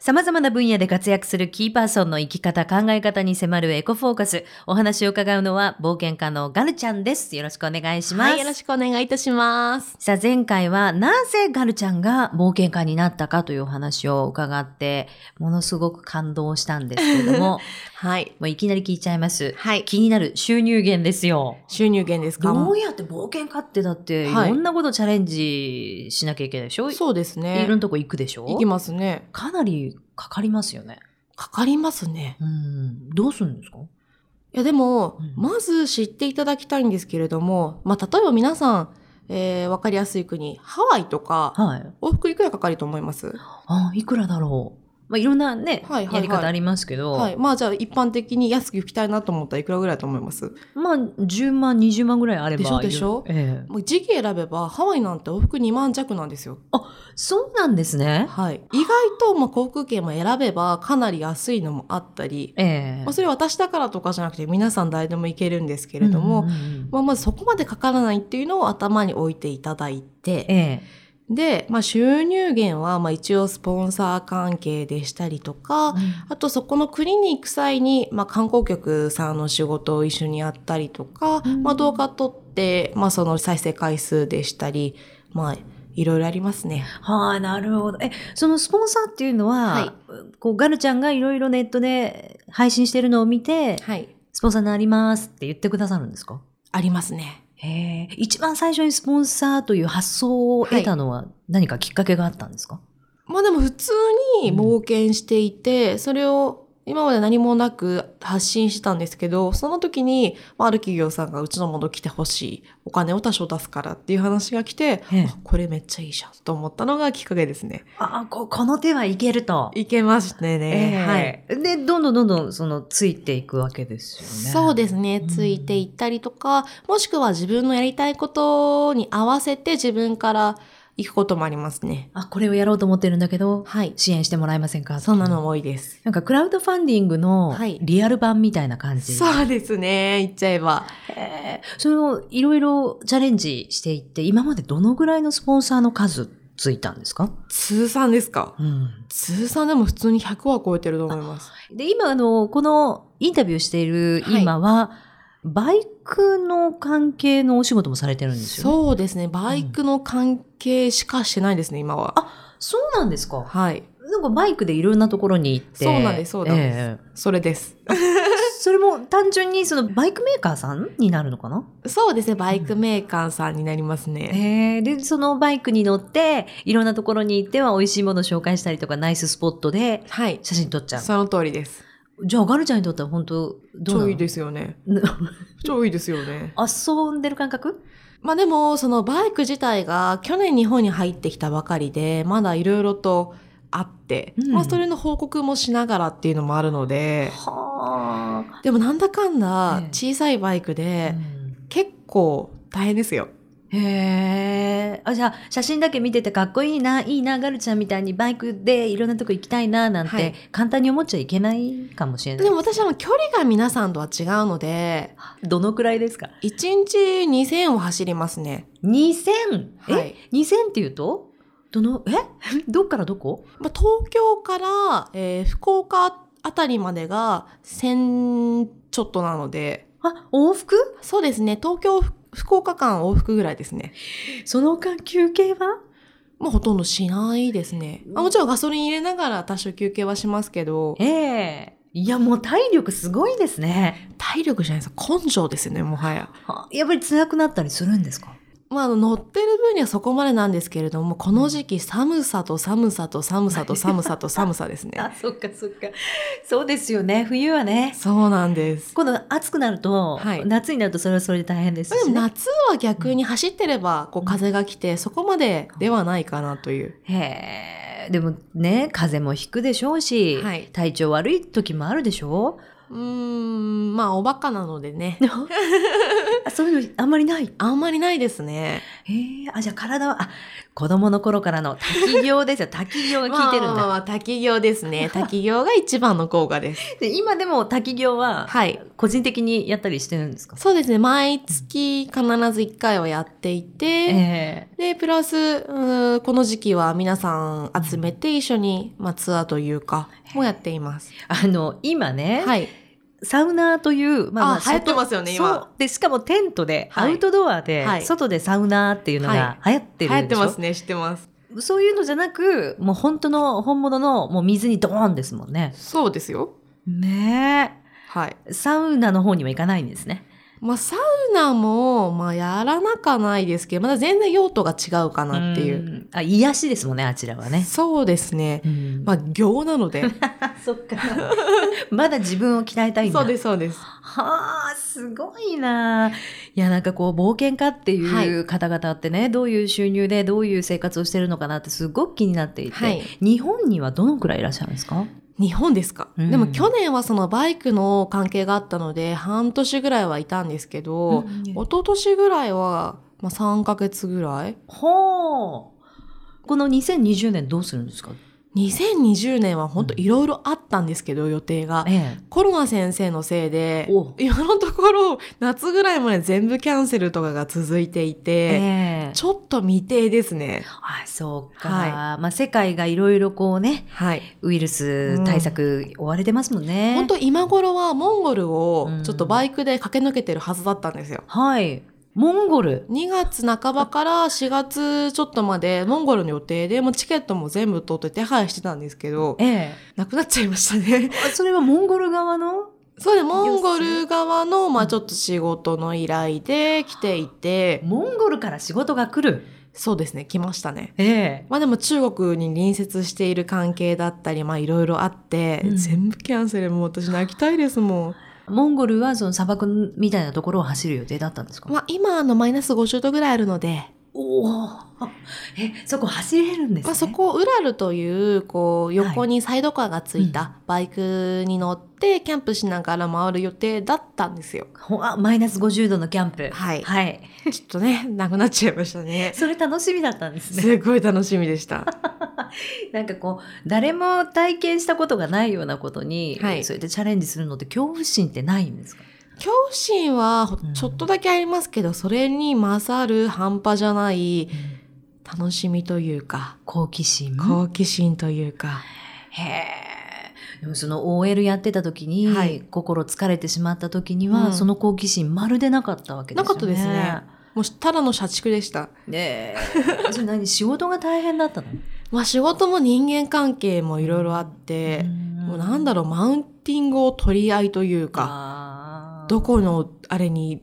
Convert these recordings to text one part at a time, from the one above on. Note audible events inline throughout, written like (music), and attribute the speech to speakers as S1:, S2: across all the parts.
S1: 様々な分野で活躍するキーパーソンの生き方、考え方に迫るエコフォーカス。お話を伺うのは冒険家のガルちゃんです。よろしくお願いします。
S2: はい、よろしくお願いいたします。
S1: さあ前回はなぜガルちゃんが冒険家になったかというお話を伺って、ものすごく感動したんですけれど
S2: (laughs)
S1: も、
S2: はい。
S1: もういきなり聞いちゃいます。
S2: はい。
S1: 気になる収入源ですよ。
S2: 収入源ですか
S1: どうやって冒険家ってだって、い
S2: はい
S1: ろんなことチャレンジしなきゃいけないでしょ、い、
S2: そうですね。
S1: ろんなとこ行くでしょ
S2: 行きますね。
S1: かなりかかりますよね。
S2: かかりますね。
S1: うん。どうするんですか
S2: いや、でも、
S1: うん
S2: まず知っていただきたいんですけれども、まあ、例えば皆さん、えー、わかりやすい国、ハワイとか、
S1: はい。
S2: 往復いくらかかると思います
S1: あ、いくらだろう。まあ、いろんなね、
S2: はいはいはい
S1: やり方ありますけど、
S2: はい。まあ、じゃあ、一般的に安く行きたいなと思ったらいくらぐらいだと思います
S1: まあ、10万、20万ぐらいあれば。
S2: でしょでしょ
S1: いろいろええ
S2: もう時期選べば、ハワイなんて往復2万弱なんですよ。
S1: そうなんですね。
S2: はい。意外と、まあ、航空券も選べば、かなり安いのもあったり、
S1: ええ
S2: まあ、それは私だからとかじゃなくて皆さん誰でも行けるんですけれども、
S1: うんうんうん
S2: まあ、まずそこまでかからないっていうのを頭に置いていただい
S1: え
S2: て
S1: え
S2: で、まあ、収入源はまあ一応スポンサー関係でしたりとかあとそこの国に行く際に、まあ、観光局さんの仕事を一緒にやったりとか、
S1: うん
S2: まあ、動画撮って、まあ、その再生回数でしたり、まあ、いろいろありますね。
S1: はい、なるほど。え、そのスポンサーっていうのは、
S2: はい
S1: こう、ガルちゃんがいろいろネットで配信してるのを見て、
S2: はい、
S1: スポンサーになりますって言ってくださるんですか
S2: ありますね。
S1: へえ。一番最初にスポンサーという発想を得たのは何かきっかけがあったんですか、
S2: まあでも普通に冒険していて、それを今まで何もなく発信してたんですけど、その時に、まあ、ある企業さんがうちのもの来てほしい、お金を多少出すからっていう話が来て、
S1: ええ
S2: あこれめっちゃいいじゃんと思ったのがきっかけですね。
S1: ああ、こ、この手はいけると。
S2: いけましたね。はい。
S1: はい。で、どんどんどんどん、その、ついていくわけですよね。
S2: そうですね
S1: うん。
S2: ついていったりとか、もしくは自分のやりたいことに合わせて自分から行くこともありますね。
S1: あ、これをやろうと思ってるんだけど、
S2: はい。
S1: 支援してもらえませんか
S2: そんなのも多いです。
S1: なんかクラウドファンディングの
S2: はい
S1: リアル版みたいな感じ。
S2: そうですね。言っちゃえば。
S1: へーそのいろいろチャレンジしていって、今までどのぐらいのスポンサーの数ついたんですか、
S2: 通算ですか
S1: うん、
S2: 通算でも普通に100は超えてると思います。
S1: で、今あの、このインタビューしている
S2: はい
S1: 今は、バイクの関係のお仕事もされてるんですよね。
S2: そうですね。バイクの関係しかしてないですね、今は。
S1: そうなんですか。
S2: はい。
S1: なんかバイクでいろんなところに行って。
S2: そうなんですそうなんです
S1: ええ
S2: それです。
S1: それも単純にそのバイクメーカーさんになるのかな
S2: そうですね。バイクメーカーさんになります
S1: え
S2: ね。
S1: ー、で、そのバイクに乗って、いろんなところに行っては美味しいもの紹介したりとか、ナイススポットで
S2: はい。
S1: 写真撮っちゃ
S2: その通りです。
S1: う。じゃあ、ガルちゃんにとっては本当、どうな
S2: 超
S1: の
S2: いいですよね。超いいですよね。
S1: (laughs) 遊んでる感覚
S2: まあでも、そのバイク自体が去年日本に入ってきたばかりで、まだいろいろとあって、
S1: うん
S2: まあそれの報告もしながらっていうのもあるので、
S1: はあ。
S2: でもなんだかんだ
S1: ええ
S2: 小さいバイク
S1: う
S2: で
S1: ん
S2: 結構大変ですよ。
S1: へえ。あ、じゃあ、写真だけ見ててかっこいいな、いいな、ガルちゃんみたいにバイクでいろんなとこ行きたいな、なん
S2: は
S1: て
S2: い、
S1: 簡単に思っちゃいけないかもしれない。
S2: でも私はもう距離が皆さんとは違うので、
S1: どのくらいですか
S2: 1日2000を走りますね。
S1: ?2000! え、
S2: はい。
S1: ?2000 っていうとどの、え (laughs) どっからどこ
S2: まあ、東京から、えー福岡あたりまでが1000ちょっとなので、
S1: あ、往復
S2: そうですね、東京、ふ福岡間往復ぐらいですね。
S1: その間休憩は
S2: もうほとんどしないですね。あもちろんガソリン入れながら多少休憩はしますけど、
S1: ええいや、もう体力すごいですね。
S2: 体力じゃないですか、根性ですよね、もはや。
S1: やっぱり辛くなったりするんですか
S2: まあ、あの乗ってる分にはそこまでなんですけれども、この時期寒さと寒さと寒さと寒さと寒さですね。
S1: あ、そっかそっか。そうですよね。冬はね。
S2: そうなんです。
S1: 今度暑くなると、
S2: はい
S1: 夏になるとそれはそれで大変です
S2: まあで
S1: し、
S2: も
S1: ね。
S2: 夏は逆に走ってれば、こう風が来て、そこまでではないかなという。
S1: へえ。でもね、風邪もひくでしょうし、
S2: はい
S1: 体調悪い時もあるでしょう
S2: うーん、まあ、おバカなのでね。
S1: あそういうのあんまりない。
S2: あんまりないですね。
S1: ええあ、じゃあ体は、あ、子供の頃からの滝行
S2: (laughs)
S1: ですよ。滝行が効いてるん
S2: まあまあ
S1: だ。
S2: まあ、滝行ですね。滝行が一番の効果です。
S1: で今でも滝行は、
S2: はい。
S1: 個人的にやったりしてるんですか
S2: そうですね。毎月必ず1回はやっていて、
S1: え
S2: で、プラス、うーんこの時期は皆さん集めて一緒に、まあ、ツアーというか、もやっています。
S1: えあの、今ね、
S2: はい。
S1: サウナーという、ま
S2: あ流行ってますよね今
S1: そう。で、しかもテントで、
S2: はい
S1: アウトドアで、
S2: はい
S1: 外でサウナーっていうのが流行って
S2: 流
S1: る
S2: 行
S1: んで
S2: って
S1: しょ、
S2: ますね。知ってます。
S1: そういうのじゃなく、もう本当の、本物の、もう水にドーンですもんね。
S2: そうですよ。
S1: ね
S2: はい。
S1: え。サウナの方には行かないんですね。
S2: まあ、サウナも、まあ、やらなかないですけど、まだ全然用途が違うかなっていう。
S1: んあ、癒しですもんね、あちらはね。
S2: そうですね。
S1: うん
S2: まあ、行なので。
S1: (laughs) そっか。まだ自分を鍛えたいんだ。
S2: そうです、そうです。
S1: はあ、すごいな。いや、なんかこう、冒険家って
S2: はい
S1: いう方々ってね、どういう収入でどういう生活をしてるのかなってすごく気になっていて、
S2: はい
S1: 日本にはどのくらいいらっしゃるんですか
S2: 日本ですか、
S1: うん
S2: でも去年はそのバイクの関係があったので、半年ぐらいはいたんですけど、
S1: うん
S2: 一昨年ぐらいは、まあ、3ヶ月ぐらい
S1: ほう。この2020年どうするんですか
S2: 2020年は本当いろいろあったんですけど、予定が。
S1: え
S2: コロナ先生のせいで
S1: お、
S2: 今のところ夏ぐらいまで全部キャンセルとかが続いてい
S1: え。
S2: て、
S1: ええ
S2: ちょっと未定ですね。
S1: あ、そうか。
S2: はい
S1: まあ、世界がいろいろこうね、
S2: はい。
S1: ウイルス対策追われてますもんね。
S2: 本当今頃はモンゴルを
S1: うん
S2: ちょっとバイクで駆け抜けてるはずだったんですよ。
S1: はい。モンゴル。
S2: 2月半ばから4月ちょっとまでモンゴルの予定でもうチケットも全部取って手配してたんですけど、
S1: ええ。
S2: なくなっちゃいましたね。 (laughs)
S1: あそれはモンゴル側の
S2: そうで、モンゴル側の、まあちょっと仕事の依頼で来ていて、
S1: モンゴルから仕事が来る。
S2: そうですね、来ましたね。
S1: ええ。
S2: まあでも中国に隣接している関係だったり、まあいろいろあって、
S1: うん
S2: 全部キャンセルもう私泣きたいですもん。
S1: モンゴルはその砂漠みたいなところを走る予定だったんですか、
S2: まあ今あのマイナス50度ぐらいあるので、
S1: おお。 (laughs) え、そこ走れるんですね。
S2: まあそこ、ウラルという、こう横にサイドカーがついたバイクに乗ってキャンプしながら回る予定だったんですよ。
S1: ほあ、マイナス50度のキャンプ。
S2: はい
S1: はい。
S2: (laughs) ちょっとね、なくなっちゃいましたね。
S1: それ楽しみだったんですね。
S2: すごい楽しみでした。
S1: (laughs) なんかこう、誰も体験したことがないようなことに、
S2: はい
S1: それでチャレンジするのって恐怖心ってないんですか
S2: 恐怖心はほ
S1: うん
S2: ちょっとだけありますけど、それに勝る半端じゃない楽しみというか、
S1: 好奇心。
S2: 好奇心というか、
S1: へえ。でもその OL やってた時に、
S2: はい
S1: 心疲れてしまった時には、
S2: うん
S1: その好奇心まるでなかったわけですよね。
S2: なかったですねもうただの社畜でした。
S1: ねえ。 (laughs) それ何仕事が大変だったの
S2: まあ仕事も人間関係もいろいろあって、もうなんだ
S1: ろ
S2: ろう、マウンティングを取り合いというか、
S1: か
S2: どこのあれに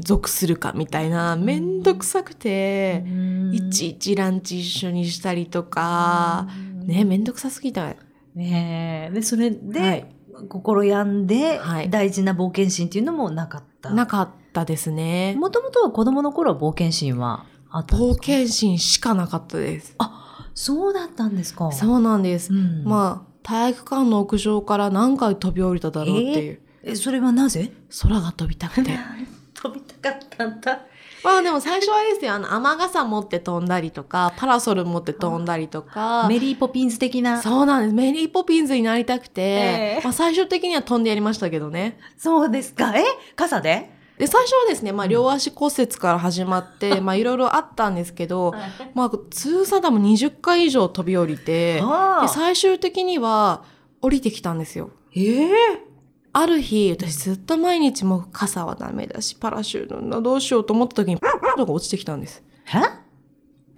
S2: 属するかみたいな、めんどくさくて、いちいちランチ一緒にしたりとか、ね、めんどくさすぎた。
S1: ねえでそれで、
S2: はい
S1: 心病んで、
S2: はい
S1: 大事な冒険心っていうのもなかった
S2: なかったですね。
S1: もともとは子供の頃は冒険心はあったんで
S2: 冒
S1: すか
S2: 険心しかなかったです。
S1: そうだったんですか
S2: そうなんです。
S1: うん
S2: まあ、体育館の屋上から何回飛び降りただろうっていう。
S1: えそれはなぜ
S2: 空が飛びたくて。
S1: (laughs) 飛びたかったんだ
S2: まあでも最初はあれですよ、あの雨傘持って飛んだりとか、パラソル持って飛んだりとか、
S1: メリーポピンズ的な
S2: そうなんです。メリーポピンズになりたくて、
S1: ええ
S2: まあ最終的には飛んでやりましたけどね。
S1: そうですかえ傘で
S2: で、最初はですね、まあ両足骨折から始ま
S1: (laughs)
S2: って、まあいろいろあったんですけど、まあ通算多分20回以上飛び降りて、
S1: あ
S2: で
S1: あ
S2: 最終的には降りてきたんですよ。
S1: ええ
S2: ある日、私ずっと毎日もう傘はダメだし、パラシュートのどうしようと思った時に、パラとか落ちてきたんです。
S1: え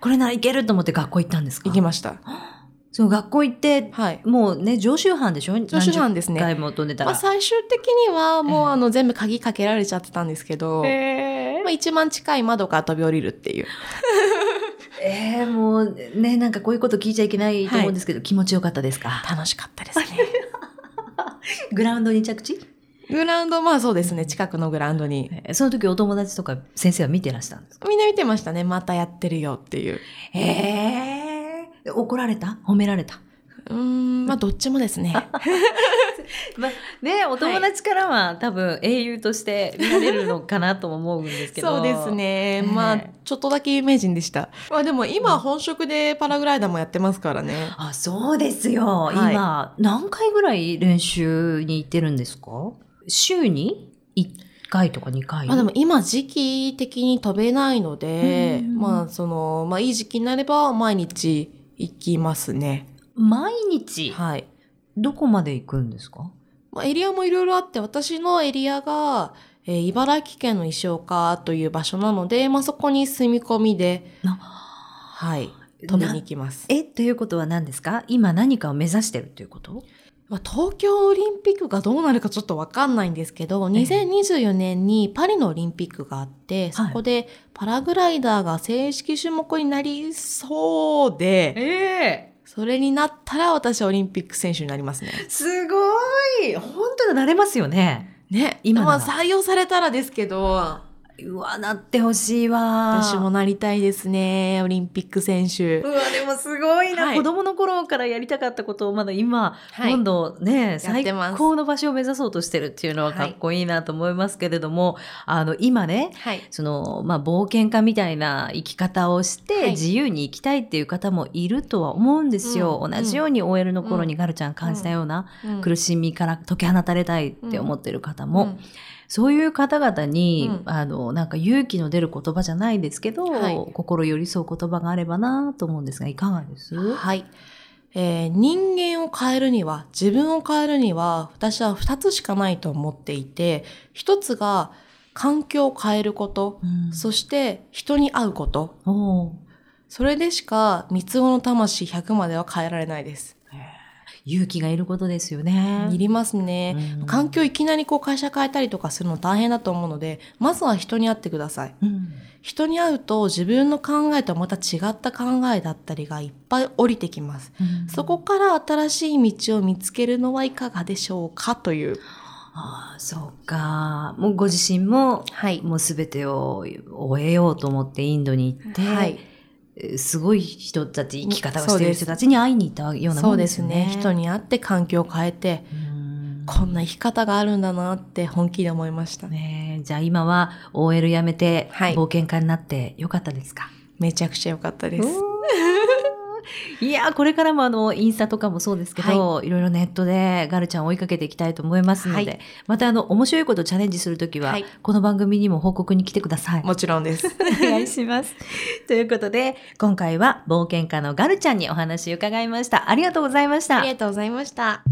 S1: これならいけると思って学校行ったんですか
S2: 行きました。
S1: その学校行って
S2: はい。
S1: もうね常習犯でしょ
S2: 常習犯です
S1: 何十
S2: ね
S1: 回も飛んでた
S2: ま
S1: ら、
S2: あ最終的にはもう
S1: ええ
S2: あの全部鍵かけられちゃってたんですけど、ま
S1: え
S2: あ一番近い窓から飛び降りるっていう。
S1: えーもうねなんかこういうこと聞いちゃいけないと思うんですけど、気持ちよかったですか
S2: 楽しかったですね。
S1: グラウンドに着地
S2: (laughs) グラウンド、まあそうですね、近くのグラウンドに。
S1: えーその時お友達とか先生は見てらしたんですか
S2: みんな見てましたね、またやってるよっていう。
S1: ええ怒られた褒められた
S2: うーん、まあどっちもですね。
S1: まあね、お友達からは多分英雄として見られるのかなとも思うんですけど。
S2: そうです。ね。
S1: ええ
S2: まあ、ちょっとだけ有名人でした。まあでも
S1: う
S2: 今
S1: ん
S2: 本職でパラグライダーもやってますからね。
S1: あ、そうですよ。
S2: はい
S1: 今、何回ぐらい練習に行ってるんですか週に ?1 回とか2回
S2: まあでも今時期的に飛べないので、
S1: うん
S2: まあその、まあいい時期になれば毎日行きますね。
S1: 毎日、
S2: はい。
S1: どこまで行くんですか
S2: まあエリアもいろいろあって、私のエリアが、えー茨城県の石岡という場所なので、まあそこに住み込みで、はい、飛びに行きます。
S1: え、ということは何ですか今何かを目指してるということ
S2: まあ、東京オリンピックがどうなるかちょっとわかんないんですけど、
S1: ええ
S2: 2024年にパリのオリンピックがあって、そこでパラグライダーが正式種目になりそうで、
S1: え
S2: それになったら私はオリンピック選手になりますね。
S1: すごい本当になれますよね。
S2: ね、
S1: 今
S2: 今、
S1: な
S2: ま
S1: ら
S2: あ、採用されたらですけど、
S1: うわ、なってほしいわ。
S2: 私もなりたいですね、オリンピック選手
S1: う。わ、でもすごいな。
S2: はい
S1: 子供の頃からやりたかったことをまだ今、
S2: はい
S1: 今度ね、
S2: やっ
S1: 最
S2: てます
S1: 高の場所を目指そうとしてるっていうのはかっこいいなと思いますけれども、あの、今ね、
S2: はい。
S1: その、まあ、冒険家みたいな生き方をし
S2: は
S1: て
S2: い
S1: 自由に生きたいっていう方もいるとは思うんですよ。
S2: うん
S1: 同じように OL の頃にガルちゃん感じたような
S2: うん
S1: 苦しみから解き放たれたいって思ってる方も、
S2: うん
S1: そういう方々に、
S2: うん
S1: あの、なんか勇気の出る言葉じゃないですけど、
S2: はい
S1: 心寄り添う言葉があればなと思うんですが、いかがです
S2: はい。えー人間を変えるには、自分を変えるには、私は二つしかないと思っていて、一つが環境を変えること、
S1: うん
S2: そして人に会うこと。
S1: おう
S2: それでしか、三つ子の魂100までは変えられないです。
S1: 勇気がいることですよね。
S2: いりますね。
S1: うん
S2: 環境いきなりこう会社変えたりとかするの大変だと思うので、まずは人に会ってください。
S1: うん
S2: 人に会うと自分の考えとはまた違った考えだったりがいっぱい降りてきます。
S1: うん
S2: そこから新しい道を見つけるのはいかがでしょうかという。
S1: ああ、そうか。もうご自身も、
S2: はい。
S1: もうすべてを終えようと思ってインドに行って、
S2: はい。
S1: えーすごい人たち、生き方をしている人たちに会いに行ったような
S2: そ
S1: もん
S2: う
S1: で
S2: ですす
S1: よ
S2: ね
S1: ね。。
S2: 人に会って環境を変えて、
S1: うん
S2: こんな生き方があるんだなって本気で思いました。
S1: ねえじゃあ今は OL 辞めて、
S2: はい
S1: 冒険家になってよかったですか
S2: めちゃくちゃ良かったです。
S1: いやーこれからもあのインスタとかもそうですけど、い、ろいろネットでガルちゃんを追いかけていきたいと思いますので、
S2: はい
S1: またあの面白いことチャレンジするときは、
S2: はい
S1: この番組にも報告に来てください。
S2: もちろん (laughs) です。
S1: お願いします。 (laughs) ということで今回は冒険家のガルちゃんにお話伺いました。ありがとうございました。
S2: ありがとうございました。